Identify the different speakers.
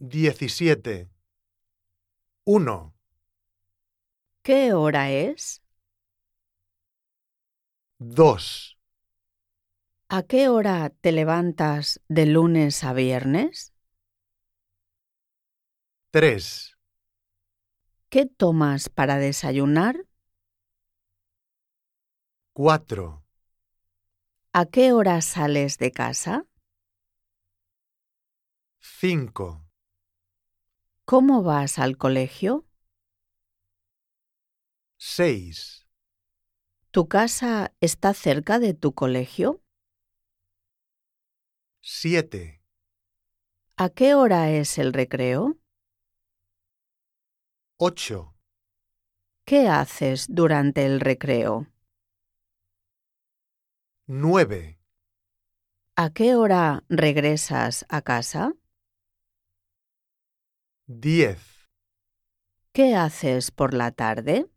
Speaker 1: 7.17 1,
Speaker 2: ¿Qué hora es?
Speaker 1: 2,
Speaker 2: ¿A qué hora te levantas de lunes a viernes?
Speaker 1: 3,
Speaker 2: ¿Qué tomas para desayunar?
Speaker 1: 4,
Speaker 2: ¿A qué hora sales de casa?
Speaker 1: 5,
Speaker 2: ¿Cómo vas al colegio?
Speaker 1: 6,
Speaker 2: ¿Tu casa está cerca de tu colegio?
Speaker 1: 7,
Speaker 2: ¿A qué hora es el recreo?
Speaker 1: 8,
Speaker 2: ¿Qué haces durante el recreo?
Speaker 1: 9,
Speaker 2: ¿A qué hora regresas a casa?
Speaker 1: 10.
Speaker 2: ¿Qué haces por la tarde?